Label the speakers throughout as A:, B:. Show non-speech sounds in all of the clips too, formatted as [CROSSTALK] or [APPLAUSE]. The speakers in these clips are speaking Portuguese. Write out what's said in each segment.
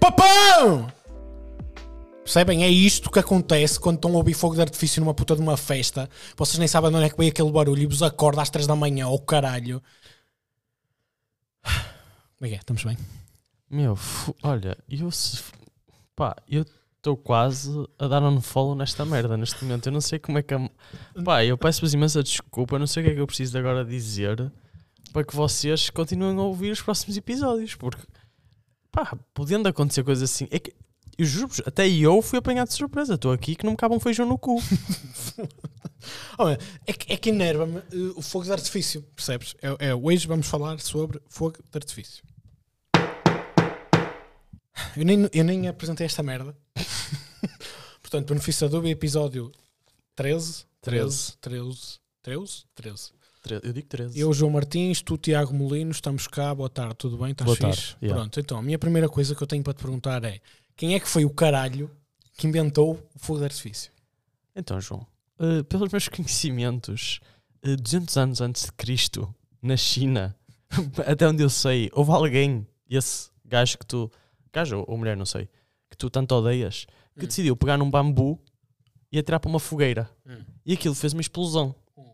A: papão! Percebem? É isto que acontece quando estão a ouvir fogo de artifício numa puta de uma festa. Vocês nem sabem de onde é que veio aquele barulho e vos acorda às 3 da manhã, ou caralho. Como é que é? Estamos bem?
B: Meu, fu- olha, eu se. f- Pá, eu estou quase a dar um follow nesta merda neste momento. Eu não sei como é que. A... Pá, eu peço-vos imensa desculpa. Eu não sei o que é que eu preciso de agora dizer para que vocês continuem a ouvir os próximos episódios. Porque, pá, podendo acontecer coisas assim. É que, eu juro-vos, até eu fui apanhado de surpresa. Estou aqui que não me cabe um feijão no cu.
A: Olha, é que, é que enerva-me eh, o fogo de artifício, percebes? É, é, hoje vamos falar sobre fogo de artifício. Eu nem, eu nem apresentei esta merda. [LAUGHS] Portanto, benefício da dúvida, episódio 13, 13, 13, 13, 13.
B: Tre- Eu digo 13.
A: Eu, João Martins, tu, Tiago Molino, estamos cá. Boa tarde, tudo bem? Estás
B: Boa
A: fixe?
B: tarde, yeah.
A: Pronto, então, a minha primeira coisa que eu tenho para te perguntar é quem é que foi o caralho que inventou o fogo de artifício?
B: Então, João, eh, pelos meus [LAUGHS] conhecimentos, eh, 200 anos antes de Cristo, na China, [LAUGHS] até onde eu sei, houve alguém, esse gajo que tu, gajo ou- ou mulher, não sei, que tu tanto odeias, que
A: Hum.
B: decidiu pegar num bambu e atirar para uma fogueira.
A: Hum.
B: E aquilo fez uma explosão.
A: Hum.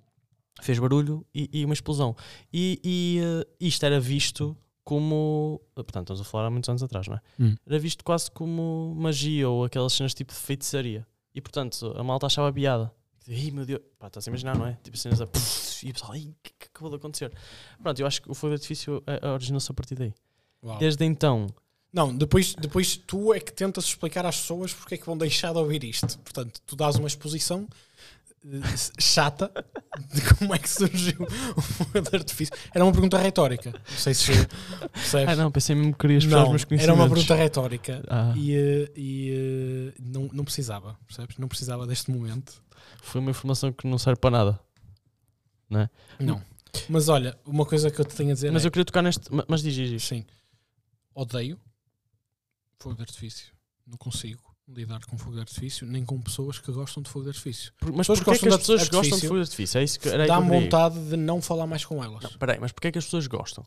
B: Fez barulho e, e uma explosão. E, e, eh, isto era visto como. eh, Portanto, estamos a falar há muitos anos atrás, não é?
A: Hum.
B: Era visto quase como magia ou aquelas cenas tipo de feitiçaria. E portanto, a malta achava piada. Ih, meu Deus, pá, estás a imaginar, não é? Tipo cenas a. puff, E o pessoal, "Ih, o que, que acabou de acontecer? Pronto, eu acho que o fogo de artifício eh, originou-se a partir daí.
A: Uau.
B: Desde então,
A: Não, depois, depois tu é que tentas explicar às pessoas porque é que vão deixar de ouvir isto. Portanto, tu dás uma exposição eh, chata de como é que surgiu o fogo de artifício. Era uma pergunta retórica. Não sei
B: [LAUGHS]
A: se percebes.
B: Ah, não, pensei mesmo que querias puxar
A: É
B: os
A: Não,
B: meus
A: era
B: conhecimentos.
A: uma pergunta retórica.
B: Ah,
A: E, eh, e, eh, não, não precisava, percebes? Não precisava deste momento.
B: Ah, foi uma informação que não serve para nada.
A: Não. Mas olha, uma coisa que eu te tenho a dizer
B: Hum. Mas
A: é,
B: eu queria tocar neste. ma- Mas diz, diz, diz.
A: sim, odeio fogo de artifício. Não consigo lidar com fogo de artifício, nem com pessoas que gostam de fogo de artifício.
B: Por- Mas
A: Pessoas
B: porquê é
A: gostam
B: que
A: de
B: as pessoas
A: artifício.
B: gostam de fogo de artifício? É isso que era aí que eu
A: Dá-me
B: queria ir.
A: vontade de não falar mais com elas.
B: Não, peraí, mas porquê é que as pessoas gostam?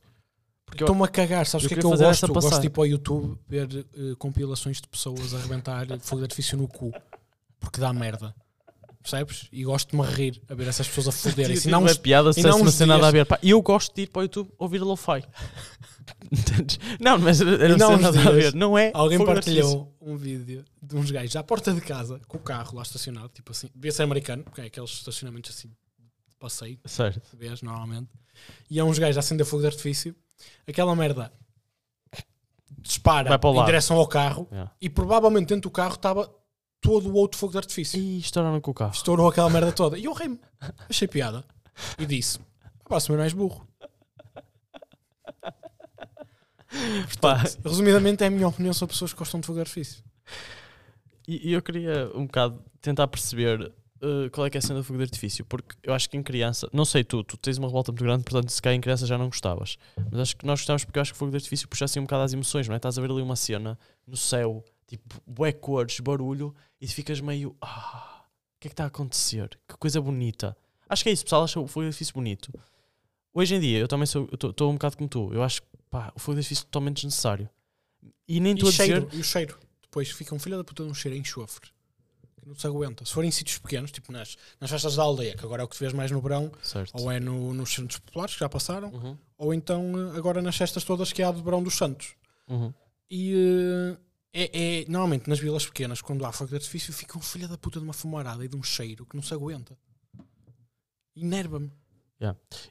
B: Porque eu-
A: Estou-me a cagar, sabes o
B: eu
A: que é que
B: queria
A: eu
B: fazer
A: gosto?
B: esta
A: Eu gosto de
B: passagem.
A: ir para o YouTube ver eh, compilações de pessoas a
B: [LAUGHS]
A: arrebentar fogo de artifício no cu, porque dá merda. Percebes? E gosto de me rir a ver essas pessoas
B: [LAUGHS]
A: a foderem.
B: Tive
A: Se assim, não,
B: uma piada se
A: não
B: não
A: uns
B: tem nada
A: dias-
B: a ver. Pá, eu gosto de ir para o YouTube ouvir lo-fi. [LAUGHS] Entendes? não, mas era- era
A: E não
B: não
A: uns
B: tem nada a
A: dias
B: ver. Não é?
A: Alguém
B: fogo de artifício.
A: partilhou um vídeo de uns gajos à porta de casa, com o carro lá estacionado, tipo assim, devia ser americano, porque é aqueles estacionamentos assim, de passeio,
B: Certo.
A: vês normalmente, e há uns gajos a acender fogo de artifício, aquela merda dispara
B: Vai para o
A: em
B: lado.
A: direção ao carro,
B: Yeah.
A: e provavelmente dentro do carro estava todo o outro fogo de artifício.
B: E estouraram com o carro.
A: Estourou aquela merda toda. E eu rei-me, achei piada, e disse, "Ah "A próxima não és burro.
B: Pá,
A: Resumidamente é a minha opinião sobre pessoas que gostam de fogo de artifício.
B: E e eu queria um bocado tentar perceber eh, qual é que é a cena do fogo de artifício, porque eu acho que em criança, não sei tu, tu tens uma revolta muito grande, portanto se calhar em criança já não gostavas, mas acho que nós gostávamos porque eu acho que o fogo de artifício puxa assim um bocado as emoções, não é? Estás a ver ali uma cena no céu, tipo, bué cores, barulho, e tu ficas meio, ah, o que é que está a acontecer? Que coisa bonita. Acho que é isso, o pessoal acha o fogo de artifício bonito. Hoje em dia, eu também sou, estou um bocado como tu, eu acho, que, pá, o fogo de artifício é totalmente desnecessário. E nem estou
A: E
B: a dizer...
A: cheiro, e o cheiro. Depois fica um filho da puta de um cheiro a enxofre. Que não se aguenta. Se for em sítios pequenos, tipo nas, nas festas da aldeia, que agora é o que se vês mais no verão,
B: Certo.
A: ou é no- nos centros populares, que já passaram,
B: Uhum,
A: ou então eh, agora nas festas todas que há de verão dos santos.
B: uhum.
A: E eh, é, é- normalmente nas vilas pequenas, quando há fogo de artifício, fica um filho da puta de uma fumarada e de um cheiro que não se aguenta. Inerva-me.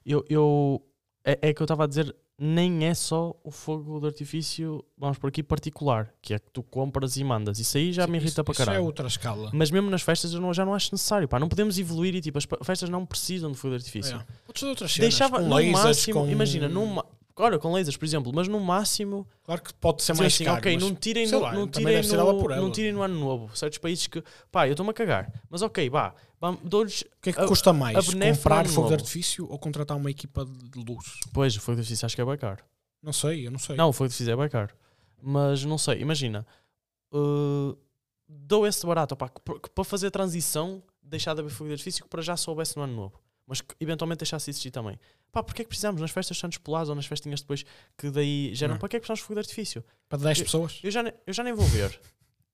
B: eu, eu é, é que eu estava a dizer, nem é só o fogo de artifício, vamos por aqui, particular, que é que tu compras e mandas. Isso aí já me
A: Isso-
B: irrita para
A: isso
B: caralho.
A: é outra escala.
B: Mas mesmo nas festas eu não, já não acho necessário, pá. Não podemos evoluir e tipo, as pa- festas não precisam de fogo de artifício.
A: É. Outras, outras cenas,
B: Deixava
A: com
B: no
A: lasers,
B: máximo,
A: com-
B: imagina, no ma- Agora, com lasers, por exemplo, mas no máximo,
A: Claro que pode ser
B: dizer
A: é mais
B: assim,
A: caro,
B: ok,
A: mas-
B: não tirem,
A: sei
B: no,
A: lá,
B: não,
A: também
B: tirem
A: deve ser ela
B: no,
A: por ela.
B: não tirem no ano novo. Certos países que, pá, eu estou-me a cagar, mas ok, vá, vá, dou-lhes
A: O que é que
B: A-
A: custa
B: a
A: mais?
B: benéfica
A: Comprar
B: não é
A: fogo de
B: nova.
A: artifício ou contratar uma equipa de luz?
B: Pois, o fogo de artifício acho que é bem caro.
A: Não sei, eu não sei.
B: Não, o fogo de artifício é bem caro. Mas não sei, imagina. uh, dou esse barato, opá, que por- que para fazer a transição, deixar de haver fogo de artifício, que para já soubesse no ano novo. mas que eventualmente deixasse de existir também. Pá, porque é que precisamos nas festas de Santos Pelados ou nas festinhas depois que daí geram?
A: Não.
B: Para que é que precisamos de fogo de artifício?
A: Para 10 pessoas?
B: Eu já, ne- eu já nem vou ver.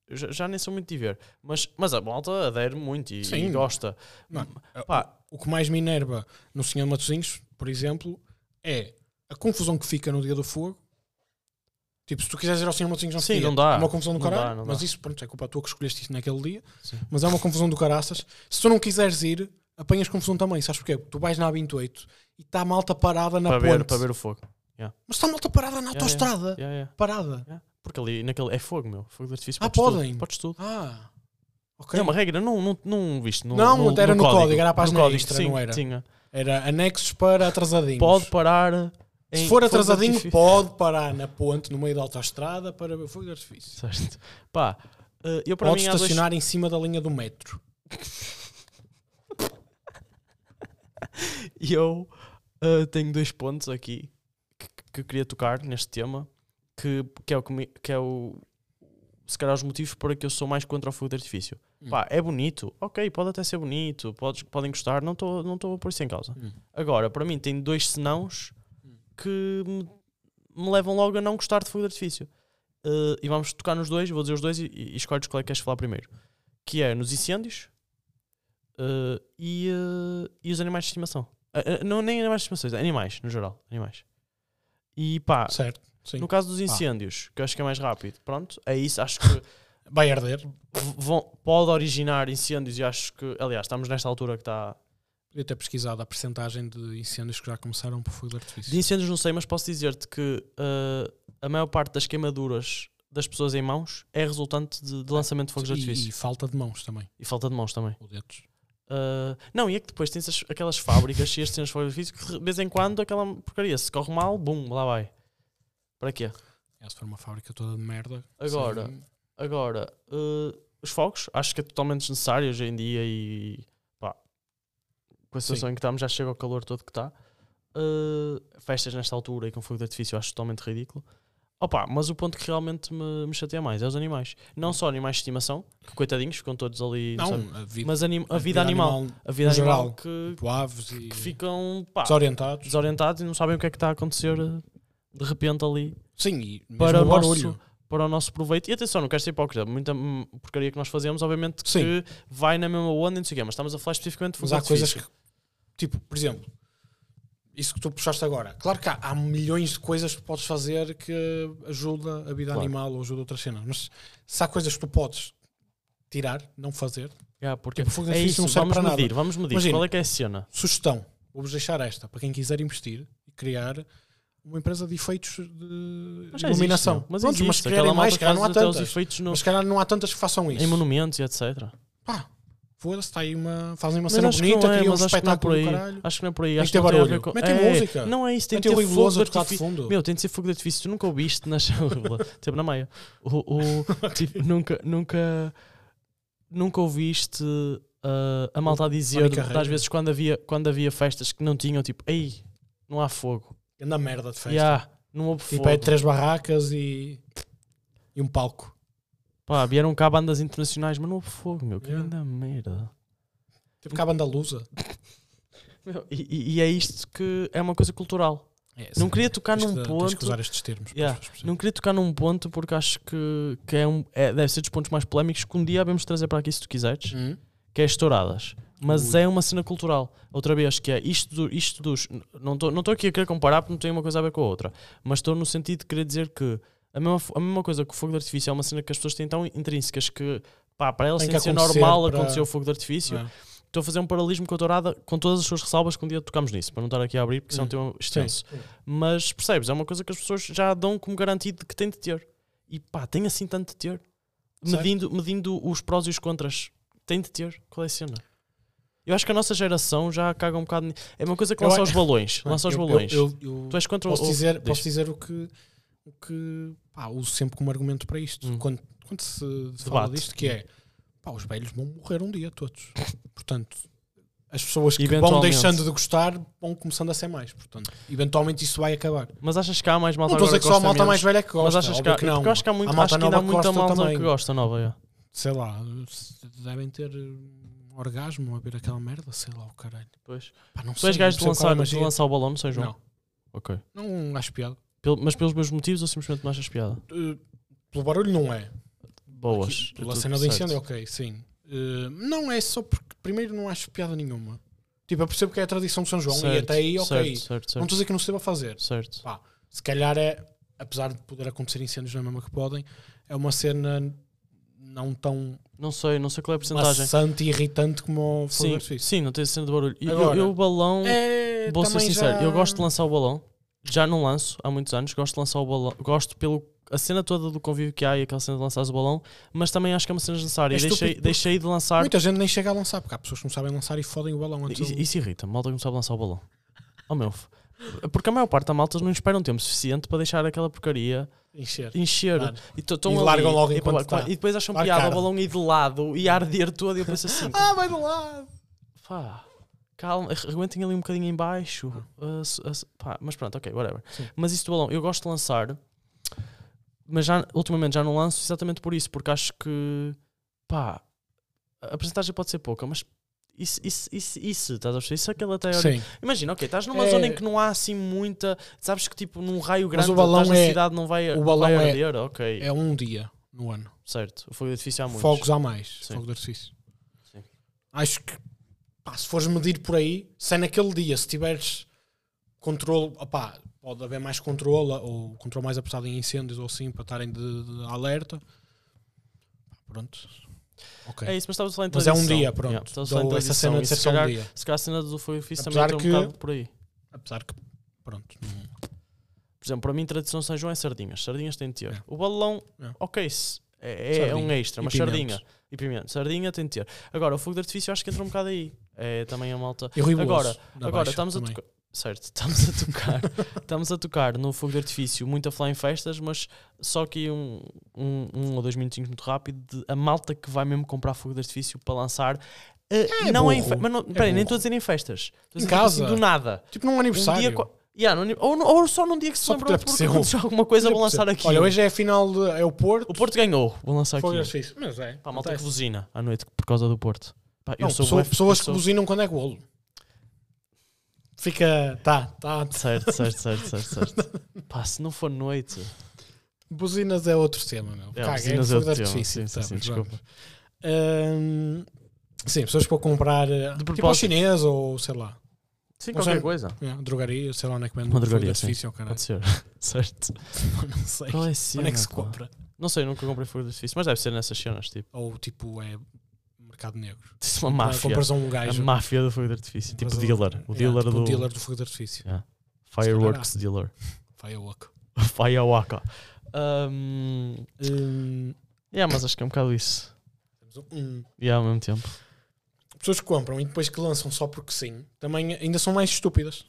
B: Eu já, já nem sou muito de ver. Mas, mas a malta adere muito e,
A: Sim.
B: e gosta.
A: Não.
B: Pá,
A: Ah, O que mais me enerva no Senhor de Matosinhos, por exemplo, é a confusão que fica no dia do fogo. Tipo, se tu quiseres ir ao Senhor de Matosinhos, não
B: Sim, não dá.
A: É uma confusão do
B: Não dá,
A: caralho.
B: não dá.
A: mas isso, pronto, é culpa tua que escolheste isso naquele dia.
B: Sim.
A: Mas é uma confusão do caraças. Se tu não quiseres ir, apanhas confusão também. Sabes porquê? Tu vais na A28 e está a malta parada na
B: para
A: ponte. Ah.
B: ver, para ver o fogo.
A: Mas está a malta parada na
B: Yeah,
A: autoestrada.
B: Yeah, yeah,
A: Parada.
B: yeah. Porque ali naquele é fogo, meu. Fogo de artifício.
A: Ah,
B: podes tudo,
A: podem?
B: Podes tudo.
A: Ah, ok.
B: É uma regra, não, não, não viste? No,
A: Não, era no código, era a página
B: código,
A: extra,
B: sim,
A: não era?
B: Tinha.
A: Era anexos para atrasadinhos.
B: Pode parar. em
A: Se for
B: fogo de
A: atrasadinho,
B: artifício.
A: pode parar na ponte, no meio da autoestrada, para ver fogo de artifício.
B: Certo. Pá, eh, eu para
A: pode
B: mim há dois-
A: estacionar em cima da linha do metro.
B: E [LAUGHS] eu ah, tenho dois pontos aqui que, que eu queria tocar neste tema, que, que é o que, me- que é o se calhar os motivos para que eu sou mais contra o fogo de artifício.
A: Hum.
B: Pá, é bonito, ok, pode até ser bonito, podes, podem gostar, não estou não tô a pôr isso em causa.
A: Hum.
B: Agora, para mim, tem dois senãos
A: Hum.
B: que me, me levam logo a não gostar de fogo de artifício. Ah, e vamos tocar nos dois, vou dizer os dois e, e escolhes qual é que queres falar primeiro. Que é nos incêndios ah, e, ah, e os animais de estimação. Ah, ah, não, nem animais de estimação, animais, no geral, animais. E pá,
A: Certo. Sim.
B: no caso dos incêndios, que eu acho que é mais rápido, pronto, é isso. Acho que
A: Vai arder.
B: v- vão- pode originar incêndios e acho que, aliás, estamos nesta altura que está.
A: Podia ter pesquisado a percentagem de incêndios que já começaram por fogo de artifício.
B: De incêndios não sei, mas posso dizer-te que ah, a maior parte das queimaduras das pessoas em mãos é resultante de, de lançamento de fogos de
A: e,
B: artifício.
A: e falta de mãos também,
B: E falta de mãos também.
A: ou dedos.
B: Ah, não, e é que depois tens as- aquelas fábricas cheias de cenas de fogos de artifício que de vez em quando aquela porcaria se corre mal, bum, lá vai. Para quê?
A: É, se for uma fábrica toda de merda.
B: Agora,
A: sem-
B: Agora, eh, os fogos, acho que é totalmente desnecessário hoje em dia e pá, com a situação em que estamos, já chega ao calor todo que está. Eh, festas nesta altura e com fogo de artifício, acho totalmente ridículo. Opa, mas o ponto que realmente me, me chateia mais é os animais. Não só animais de estimação, que coitadinhos, ficam todos ali, não sabe?
A: não, a vida,
B: mas anim- a vida animal. A vida
A: no
B: animal
A: geral,
B: que,
A: tipo, aves e
B: que ficam pá,
A: desorientados.
B: desorientados e não sabem o que é que está a acontecer eh, de repente ali
A: Sim, e mesmo o
B: Para o nosso-
A: barulho.
B: para o nosso proveito. E atenção, não quero ser hipócrita, muita hum, porcaria que nós fazemos, obviamente que
A: Sim.
B: vai na mesma onda e não sei o quê, mas estamos a falar especificamente de
A: Mas
B: fogo
A: há
B: de
A: coisas
B: artifício.
A: que, tipo, por exemplo, isso que tu puxaste agora. Claro que há, há milhões de coisas que podes fazer que ajuda a vida
B: Claro.
A: animal ou ajuda outras cenas. Mas se há coisas que tu podes tirar, não fazer,
B: Ah, porque
A: Tipo, fogo de
B: é
A: artifício
B: isso,
A: não serve
B: vamos
A: para nada.
B: medir, vamos medir.
A: Imagina.
B: Qual é que é a cena?
A: sugestão, vou-vos deixar esta, para quem quiser investir e criar uma empresa de efeitos de
B: Mas já existe,
A: iluminação.
B: meu. mas
A: Pronto,
B: existe.
A: mas se
B: Aquela
A: querem
B: malta
A: mais, se calhar
B: faz
A: não há
B: até os
A: tantas.
B: efeitos no-
A: Mas se calhar não há tantas que façam isso.
B: em monumentos e etc.
A: Pá, foda-se, está aí uma. Fazem uma
B: Mas
A: cena
B: acho que não
A: bonita,
B: é,
A: criam um
B: mas acho que não é por
A: espetáculo do
B: aí.
A: caralho.
B: Acho que não é por aí.
A: Tem
B: Acho
A: que ter
B: não tem a ver
A: barulho.
B: com-
A: Metem
B: É,
A: música.
B: Não é isso, tem
A: Tem
B: que ter
A: o
B: fogo de
A: Ribuloso a tocar de
B: artifício.
A: fundo.
B: Meu, tem de ser fogo de artifício. Tu nunca ouviste na
A: [LAUGHS]
B: charla. Teve na meia. O, o- tipo, nunca, nunca, nunca ouviste ah, a malta a dizer,
A: Mónica Herrera.
B: às vezes, quando havia, quando havia festas que não tinham, tipo, ei, não há fogo.
A: Anda merda de festa.
B: E há, não houve
A: Tipo,
B: fogo.
A: é três barracas e. e um palco.
B: Pá, vieram cá bandas internacionais, mas não houve fogo, meu. Que
A: Yeah.
B: grande merda.
A: Tipo, cá a banda lusa.
B: Meu, e, e- e é isto que é uma coisa cultural.
A: É,
B: não queria tocar num
A: Tens que
B: ponto.
A: usar estes termos. para
B: Yeah.
A: as pessoas
B: Não queria tocar num ponto porque acho que, que é um, é- deve ser dos pontos mais polémicos que um dia vamos trazer para aqui se tu quiseres,
A: perceberem. Hum?
B: que é estouradas. Mas
A: Ui.
B: é uma cena cultural. Outra vez, que é isto, do- isto dos. Não estou não tô aqui a querer comparar porque não tem uma coisa a ver com a outra, mas estou no sentido de querer dizer que a mesma, fo- a mesma coisa que o fogo de artifício é uma cena que as pessoas têm tão intrínsecas que, pá, para elas
A: Tem
B: tem
A: que
B: de ser
A: acontecer
B: normal
A: para-
B: acontecer o fogo de artifício.
A: Ah.
B: Estou a fazer um paralelismo com a tourada com todas as suas ressalvas que um dia tocamos nisso, para não estar aqui a abrir porque isso é um
A: Hum.
B: tema extenso mas percebes? É uma coisa que as pessoas já dão como garantido que têm de ter. E pá, tem assim tanto de ter.
A: Certo.
B: Medindo, medindo os prós e os contras, tem de ter. Qual é a cena? Eu acho que a nossa geração já caga um bocado. ni- É uma coisa que
A: Eu
B: lança
A: a-
B: os balões. Lança os
A: Eu- eu-
B: balões.
A: eu- eu-
B: tu és contra
A: posso
B: o.
A: dizer,
B: diz.
A: posso dizer o que, o que pá, uso sempre como argumento para isto.
B: Hum.
A: Quando, quando se fala
B: Debate.
A: disto, que é pá, os velhos vão morrer um dia todos. Portanto, as pessoas que vão
B: Eventualmente.
A: deixando de gostar vão começando a ser mais. Portanto, eventualmente isso vai acabar.
B: Mas achas que há mais malta
A: não estou a
B: agora
A: dizer que só a malta
B: gosta
A: mais
B: menos?
A: velha que gosta.
B: Mas achas que,
A: óbvio
B: há,
A: não.
B: Porque eu acho que há, muito,
A: malta
B: acho que ainda há
A: nova que
B: muita
A: gosta
B: malta
A: também.
B: que gosta nova. é.
A: Sei lá, se- devem ter eh, orgasmo a ver aquela merda, sei lá o caralho.
B: Pois.
A: Pá, não
B: Tu és gajo de
A: não sei qual é a
B: lançar, de
A: magia.
B: lançar o balão no São João?
A: Não,
B: Ok.
A: não um acho piada.
B: Pel- mas pelos meus motivos ou simplesmente não achas piada?
A: Eh, pelo barulho não é.
B: Boas.
A: Pela
B: Tudo
A: cena é do
B: certo.
A: incêndio, ok, sim. Eh, não é só porque, primeiro, não acho piada nenhuma. Tipo, eu percebo que é a tradição de São João e
B: Certo,
A: até aí, ok.
B: Certo, certo,
A: Não
B: certo.
A: estou a dizer que não se deva fazer.
B: certo.
A: Se calhar é, apesar de poder acontecer incêndios na mesma que podem, é uma cena não tão
B: Não sei, não sei qual é a porcentagem.
A: maçante e irritante como o fogo de
B: Sim,
A: artifício.
B: sim, não tem cena de barulho. E Eu,
A: Agora-
B: eu o balão,
A: É,
B: vou ser
A: também
B: sincero,
A: já-
B: eu gosto de lançar o balão. Já não lanço há muitos anos, gosto de lançar o balão. Gosto pelo a cena toda do convívio que há e aquela cena de lançar o balão, mas também acho que é uma cena desnecessária.
A: É
B: E
A: estúpido
B: deixei,
A: porque-
B: deixei de lançar.
A: Muita gente nem chega a lançar, porque há pessoas que não sabem lançar e fodem o balão antes.
B: Isso,
A: do-
B: isso irrita, malta que não sabe lançar o balão. Oh meu. f- Porque a maior parte da malta não espera um tempo suficiente para deixar aquela porcaria
A: Encher.
B: encher.
A: Claro.
B: E, to- tão
A: E
B: ali,
A: largam logo
B: e,
A: enquanto
B: pá,
A: tá.
B: e depois acham
A: Lá
B: piada o
A: cara.
B: balão ir de lado e a arder todo. E eu
A: [LAUGHS]
B: penso assim:
A: Ah, vai do lado!
B: pá, calma, ar- aguentem ali um bocadinho em baixo. Ah, se- ah, se- pá, mas pronto, ok, whatever.
A: Sim.
B: Mas isso do balão, eu gosto de lançar, mas já, ultimamente já não lanço exatamente por isso, porque acho que, pá, a porcentagem pode ser pouca, mas isso, isso, isso, isso estás a perceber? Isso é aquela teoria.
A: Sim.
B: Imagina, ok, estás numa
A: É-
B: zona em que não há assim muita, sabes que tipo num raio grande
A: o balão
B: estás na
A: é-
B: cidade não vai,
A: o balão
B: vai
A: é-
B: arder, ok,
A: É um dia no ano.
B: certo, o fogo de artifício há muitos.
A: Fogos a mais.
B: Sim.
A: Fogo de artifício.
B: Sim.
A: Acho que, pá, se fores medir por aí, se é naquele dia, se tiveres controle, opá, pode haver mais controle ou controle mais apertado em incêndios ou assim, para estarem de, de alerta. Pá, Pronto. Ok.
B: É isso, mas estavas a falar em
A: Mas é um
B: tradição.
A: dia, pronto.
B: Yeah, estavas a falar em
A: Dou essa
B: tradição,
A: cena
B: e
A: de
B: se
A: ser só
B: calhar
A: um dia.
B: Se calhar a cena do fogo e artifício também
A: Apesar
B: entra um
A: que-
B: bocado por aí.
A: Apesar que, pronto, não-
B: Por exemplo, para mim, tradição de São João é sardinhas. Sardinhas tem de ter.
A: É.
B: O balão,
A: É.
B: ok, se- é, é
A: Sardinha.
B: um extra,
A: E
B: mas
A: pimento.
B: sardinha e pimento. Sardinha tem de ter. Agora, o fogo de artifício eu acho que entra um bocado aí. É também a malta.
A: E ruidoso.
B: Agora,
A: na
B: Agora,
A: baixa
B: estamos
A: também.
B: a tocar. Certo, [LAUGHS] estamos a tocar. estamos a tocar no fogo de artifício, muito a falar em festas, mas só aqui um, um, um ou dois minutinhos muito rápido de a malta que vai mesmo comprar fogo de artifício para lançar. eh,
A: É
B: não é em
A: burro,
B: fe- mas não, peraí, nem
A: burro.
B: estou a dizer em festas. Estou
A: Em
B: a dizer, tipo assim,
A: casa.
B: do nada.
A: Tipo num
B: Um
A: aniversário.
B: dia, co- Yeah, no- ou, no- ou só num dia que se
A: Só
B: lembrou
A: porque
B: porque
A: lhe apeteceu.
B: aconteceu alguma coisa, vou lançar aqui. um.
A: Olha, hoje é a final, de, é o Porto.
B: O Porto ganhou, vou lançar aqui. um.
A: Foi artifício. Mas é.
B: Pá, a malta que
A: acontece.
B: buzina à noite por causa do Porto. Pá, eu
A: Não,
B: sou
A: pessoa-
B: bué-
A: pessoas
B: eu
A: que
B: sou-
A: buzinam quando é golo. Fica. Tá, tá.
B: Certo, certo, certo, certo, certo. Pá, se não for noite.
A: Buzinas é outro tema, meu.
B: É,
A: Caga,
B: buzinas é
A: fogo de
B: outro tema.
A: artifício,
B: Sim, sim, sim,
A: sabes, vamos. Hum, Sim, pessoas que vão comprar eh, tipo ao
B: propósito.
A: chinês ou sei lá,
B: Sim,
A: Mas
B: qualquer
A: é-
B: coisa.
A: é, drogaria, sei lá onde é que vende
B: Uma
A: fogo de
B: drogaria, sim.
A: artifício, ou caralho. [LAUGHS]
B: Pode ser. É. [LAUGHS] certo.
A: Não sei.
B: Qual é a cena,
A: Onde é que se
B: pá?
A: compra?
B: Não sei, nunca comprei fogo de artifício, mas deve ser nessas cenas, tipo. [LAUGHS]
A: Ou tipo, é mercado negro.
B: Isso é uma
A: Não é?
B: máfia.
A: Compras a um
B: A
A: gajo.
B: máfia do fogo de artifício. Tipo
A: compras a-
B: dealer. O
A: é,
B: dealer
A: tipo
B: do.
A: O dealer do fogo de artifício.
B: Fireworks dealer. [LAUGHS]
A: Vai ao oco.
B: Firewaka. Um,
A: Hum,
B: yeah, mas acho que é um bocado isso.
A: temos um- um.
B: E ao mesmo tempo.
A: pessoas que compram e depois que lançam só porque sim, também ainda são mais estúpidas.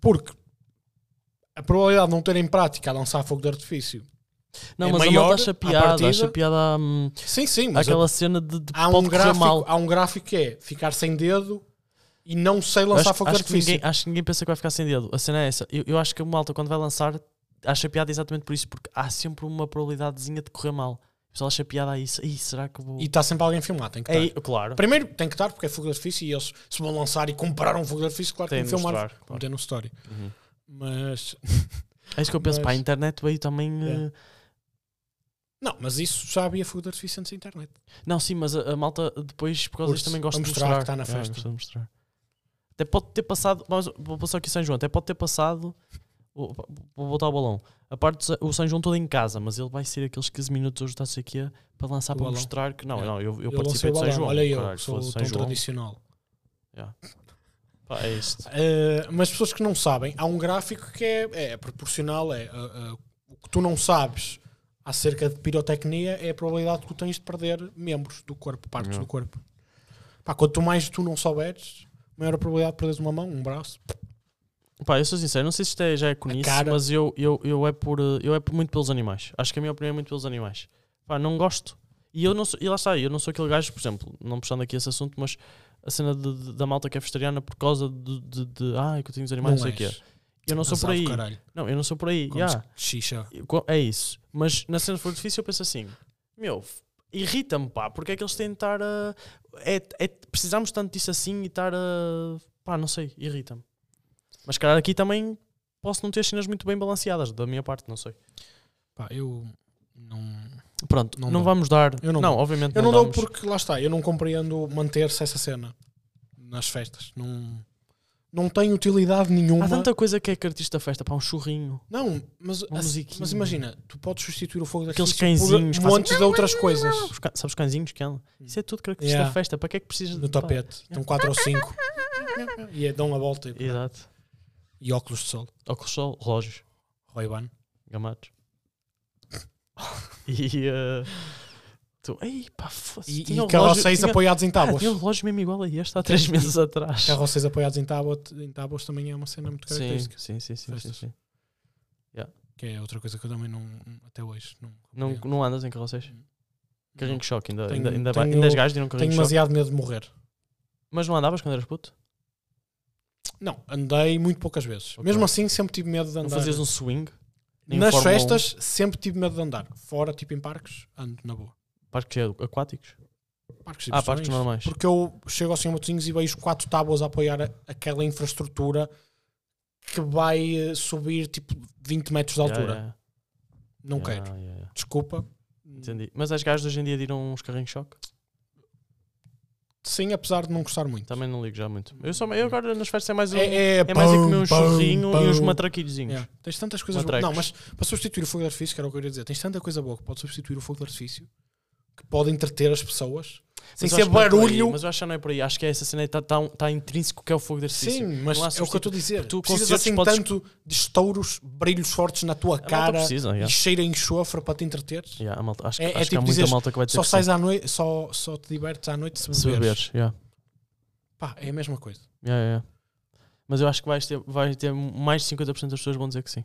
A: Porque a probabilidade de não terem prática a lançar fogo de artifício.
B: Não,
A: É
B: mas a
A: maior
B: malta acha
A: à
B: piada,
A: partida.
B: acha piada hum,
A: Sim, sim, mas
B: aquela cena de, de
A: há, um
B: pode correr
A: gráfico,
B: mal.
A: há um gráfico que é ficar sem dedo e não sei lançar
B: Acho,
A: fogo de
B: acho que
A: artifício.
B: ninguém, acho que ninguém pensa que vai ficar sem dedo. A cena é essa. Eu, eu acho que a malta, quando vai lançar, acha piada exatamente por isso, porque há sempre uma probabilidadezinha de correr mal. O pessoal acha piada a isso. Ih, será que eu vou.
A: E tá. está sempre alguém a filmar, tem que
B: É,
A: estar.
B: claro.
A: Primeiro tem que estar porque é fogo de artifício e eles se vão lançar e compraram um fogo de artifício, claro que
B: Tem
A: tem
B: de
A: que filmar.
B: mostrar,
A: Vão
B: claro.
A: ter no story.
B: Uhum.
A: Mas
B: É isso que eu penso.
A: Mas-
B: Pá, a internet veio também.
A: É.
B: eh,
A: não, mas isso já havia fogo de artifício antes da internet.
B: Não, sim, mas a, a malta depois, por causa
A: Curte.
B: disso, também gosta de
A: Vamos
B: mostrar.
A: mostrar que está na
B: É,
A: festa.
B: gosta de mostrar. Até pode ter passado. vamos- Vou passar aqui o São João. Até pode ter passado. Vou vou voltar ao balão. A parte do Sa- o São João todo em casa, mas ele vai ser aqueles 15 minutos hoje, está-se aqui a- para lançar,
A: O
B: para
A: balão.
B: mostrar que não,
A: É.
B: não, eu, eu,
A: lancei
B: participei
A: o
B: do São
A: balão.
B: João.
A: Olha eu,
B: Caralho,
A: sou
B: foda-se,
A: tão
B: São João.
A: tradicional.
B: Pá, é isto.
A: Uh, mas pessoas que não sabem, há um gráfico que é, é proporcional, é uh, uh, o que tu não sabes acerca de pirotecnia é a probabilidade que tu tens de perder membros do corpo, partes
B: Yeah.
A: do corpo. Pá, quanto mais tu não souberes, maior a probabilidade de perderes uma mão, um braço.
B: Pá, eu sou sincero, não sei se isto é, já é conice,
A: cara.
B: mas eu, eu, eu, é por, eh, eu é por- muito pelos animais. Acho que a minha opinião é muito pelos animais. Pá, não gosto. E eu não sou, e lá está, eu não sou aquele gajo, por exemplo, não puxando aqui esse assunto, mas a cena de- de- da malta que é vegetariana por causa de, de, de ai, que eu tenho os animais, não, sei o quê.
A: és.
B: Eu não sou por
A: Azar do
B: aí.
A: Caralho.
B: Não, eu não sou por aí.
A: Comes
B: yeah.
A: Xixa.
B: Co- É isso. Mas na cena de fogo de artifício eu penso assim: meu, f- irrita-me, pá, porque é que eles têm de estar a. É, é- precisamos tanto disso assim e estar a. pá, não sei, irrita-me. Mas, cara, aqui também posso não ter cenas muito bem balanceadas, da minha parte, não sei.
A: Pá, eu não.
B: Pronto,
A: Não
B: não,
A: dou.
B: vamos dar.
A: Eu não
B: não,
A: dou.
B: obviamente
A: Eu não, dou
B: damos.
A: porque, lá está, eu não compreendo manter-se essa cena nas festas. Não, não tem utilidade nenhuma.
B: Há tanta coisa que é característica da festa, pá, um churrinho.
A: Não, mas,
B: Uma
A: assim-
B: musiquinha.
A: mas imagina, tu podes substituir o fogo
B: Aqueles
A: daqueles
B: cãezinhos
A: por
B: fazem-
A: montes um de outras coisas
B: Os ca- Sabes os cãezinhos que andam? Isso é tudo característica
A: Yeah.
B: da festa, para que é que precisas
A: no
B: pá?
A: tapete. Estão quatro ou cinco. E é- dão a volta e,
B: Exato.
A: e óculos de sol.
B: Óculos de sol, relógios.
A: Roy Ban. [LAUGHS]
B: Gamados. e. eh, tu, ei, pá, foda-se.
A: E,
B: tinha
A: e
B: um
A: carroceis
B: relógio-
A: apoiados em
B: tinha, ah,
A: tábuas.
B: tinha um relógio mesmo igual a este há três meses atrás.
A: Carroceis apoiados em tábuas, em tábuas também é uma cena muito
B: Sim,
A: característica.
B: sim, sim, sim, sim,
A: Festas.
B: sim.
A: Que é outra coisa que eu também não. Até hoje. Não,
B: Não,
A: compreendo.
B: não andas em carroceis? Carrinho de choque, ainda,
A: Hum. Tenho-
B: ainda, ainda,
A: tenho-
B: ainda és gajo de ir a um
A: Tenho
B: carrinho de choque.
A: demasiado medo de morrer.
B: Mas não andavas quando eras puto?
A: Não, andei muito poucas vezes.
B: Ok.
A: Mesmo assim, sempre tive medo de
B: Não
A: andar.
B: fazias um swing? Nem
A: Nas
B: Fórmula um?
A: festas, sempre tive medo de andar. Fora, tipo em parques, ando na boa.
B: 1? Parques aquáticos?
A: Parques de
B: Ah, parques
A: diversões.
B: normais.
A: tipo Porque eu chego ao Senhor Matosinhos e vejo quatro tábuas a apoiar a- aquela infraestrutura que vai eh, subir tipo 20 metros de altura.
B: Yeah,
A: Não
B: yeah,
A: quero.
B: yeah, yeah.
A: Desculpa.
B: Entendi. Mas as gajas hoje em dia de ir a uns carrinhos de choque?
A: Sim, apesar de não gostar muito.
B: Também não ligo já muito. Eu, só, eu agora nas festas é mais um-
A: É, é,
B: É mais a
A: pum,
B: comer um
A: pum,
B: churrinho e uns
A: pum.
B: matraquilhozinhos.
A: Yeah. Tens tantas coisas boas.
B: Matracos.
A: Não, mas para substituir o fogo de artifício, que era o que eu ia dizer, tens tanta coisa boa que pode substituir o fogo de artifício que pode entreter as pessoas sem
B: Mas eu
A: ser
B: acho que não é por aí,
A: barulho.
B: mas eu acho que não é por aí. Acho que essa cena está tá, tá intrínseco que é o fogo de artifício.
A: Sim, mas
B: Não
A: é
B: há
A: o que eu estou a dizer.
B: Tu
A: Tu precisas
B: concertos
A: assim
B: podes-
A: tanto de estouros, brilhos fortes na tua
B: A malta
A: cara
B: precisa,
A: e
B: yeah.
A: cheira a enxofre para te entreter.
B: Yeah, a malta- acho,
A: É-
B: que-
A: é
B: acho que
A: tipo
B: há muita
A: dizeres,
B: malta que vai ter
A: Só
B: que
A: sais à noite, só, só te divertes à noite se
B: se
A: beberes.
B: beberes. yeah.
A: Pá, é a mesma coisa.
B: Yeah, yeah, yeah. Mas eu acho que vais ter, vais ter mais de 50% das pessoas vão dizer que sim.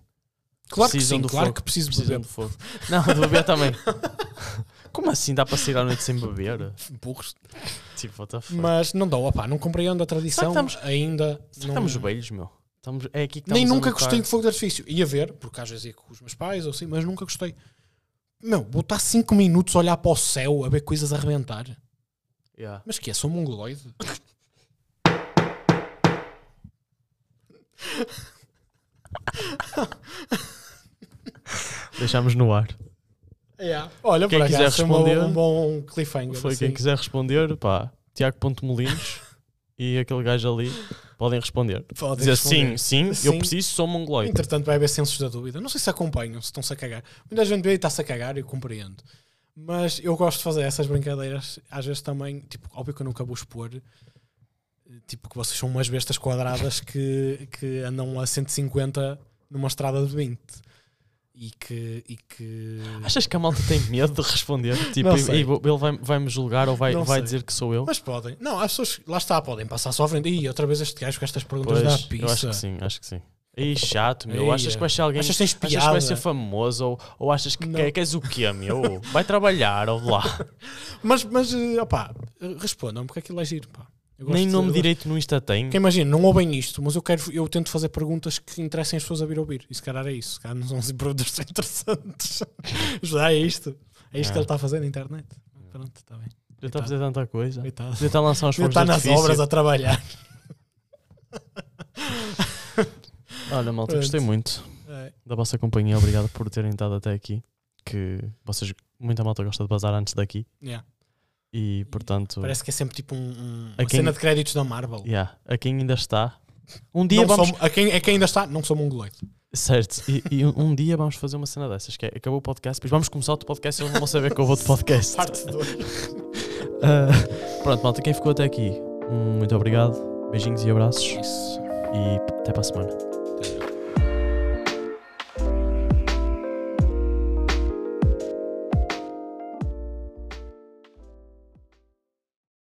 A: Claro
B: Precisam
A: que sim,
B: do
A: claro
B: fogo.
A: que preciso
B: Precisam
A: beber.
B: de fogo. Não, de beber também. [LAUGHS] Como assim dá para sair à noite sem beber?
A: Burros.
B: Tipo, what the fuck?
A: Mas não dou, opá, não compreendo a tradição
B: Será que
A: ainda.
B: Será que
A: não-
B: estamos velhos, meu? Estamos, é aqui que
A: Nem
B: estamos a
A: nunca
B: notar.
A: gostei de fogo de artifício. Ia ver, porque às vezes ia com os meus pais ou assim, mas nunca gostei. Meu, vou estar 5 minutos a olhar para o céu a ver coisas a arrebentar.
B: Yeah.
A: Mas que é? Sou mongoloide?
B: Deixámos no ar.
A: Olha,
B: Quem
A: por
B: quiser
A: acaso, foi uma-
B: responder-
A: um bom cliffhanger.
B: Foi
A: assim.
B: quem quiser responder, pá, Tiago.molinos e aquele gajo ali podem responder.
A: Podem
B: Dizer
A: responder.
B: sim, sim,
A: Sim.
B: eu preciso, sou mongoloide.
A: Entretanto, vai haver censos da dúvida. Não sei se acompanham, se estão-se a cagar. Muita gente vê e está-se a cagar, eu compreendo. Mas eu gosto de fazer essas brincadeiras. Às vezes também, tipo, óbvio que eu nunca vou expor. eh, Tipo, que vocês são umas bestas
B: [LAUGHS]
A: quadradas que, que andam a 150 numa estrada de 20. E que. E que...
B: Achas que a malta tem medo de responder?
A: [LAUGHS]
B: Tipo,
A: Não
B: e-
A: sei.
B: e vou- ele vai- vai-me julgar ou vai,
A: Não
B: vai
A: sei.
B: dizer que sou eu?
A: Mas podem. Não, as pessoas. Lá está, podem passar só à frente. Ih, outra vez este gajo com estas perguntas
B: Pois,
A: da pizza.
B: eu acho que sim, acho que sim. Ei, chato, meu.
A: Ei,
B: achas que vai ser alguém.
A: Achas que tens
B: achas que
A: piada?
B: vai ser famoso ou, ou achas que
A: Não.
B: quer- queres o quê, meu? Vai trabalhar ou lá.
A: Mas, mas eh, opá, respondam-me porque aquilo é giro, pá. Eu gosto
B: Nem
A: de- eu
B: nome
A: gosto-
B: direito no Insta tem.
A: Porque imagina, não ouvem isto, mas eu quero, eu tento fazer perguntas que interessem as pessoas a vir ouvir. E se calhar é isso. Se calhar não são assim perguntas [LAUGHS] tão interessantes. Mas é isto. É isto que
B: É.
A: ele está a fazer na internet. Pronto, está bem.
B: Já está a fazer tanta coisa. Já
A: Coitado.
B: está a lançar uns
A: Ele
B: fogos de
A: está nas
B: artifício.
A: obras a trabalhar.
B: Olha, malta,
A: Pronto.
B: gostei muito.
A: É.
B: da vossa companhia. Obrigado por terem estado até aqui. Que vocês, muita malta gosta de bazar antes daqui.
A: Yeah.
B: E portanto,
A: Parece que é sempre tipo um, um- uma
B: A quem-
A: cena de créditos da Marvel.
B: yeah, a quem ainda está, um dia
A: Não
B: vamos.
A: sou- a, quem, a quem ainda está, não um sou mongoloide.
B: Certo, e, e um um dia vamos fazer uma cena dessas. Que é, acabou o podcast, depois vamos começar outro podcast e eles não vão saber que eu vou de podcast.
A: Parte 2.
B: Ah, pronto, malta, quem ficou até aqui, hum, muito obrigado. Beijinhos e abraços.
A: Isso.
B: E até para a semana.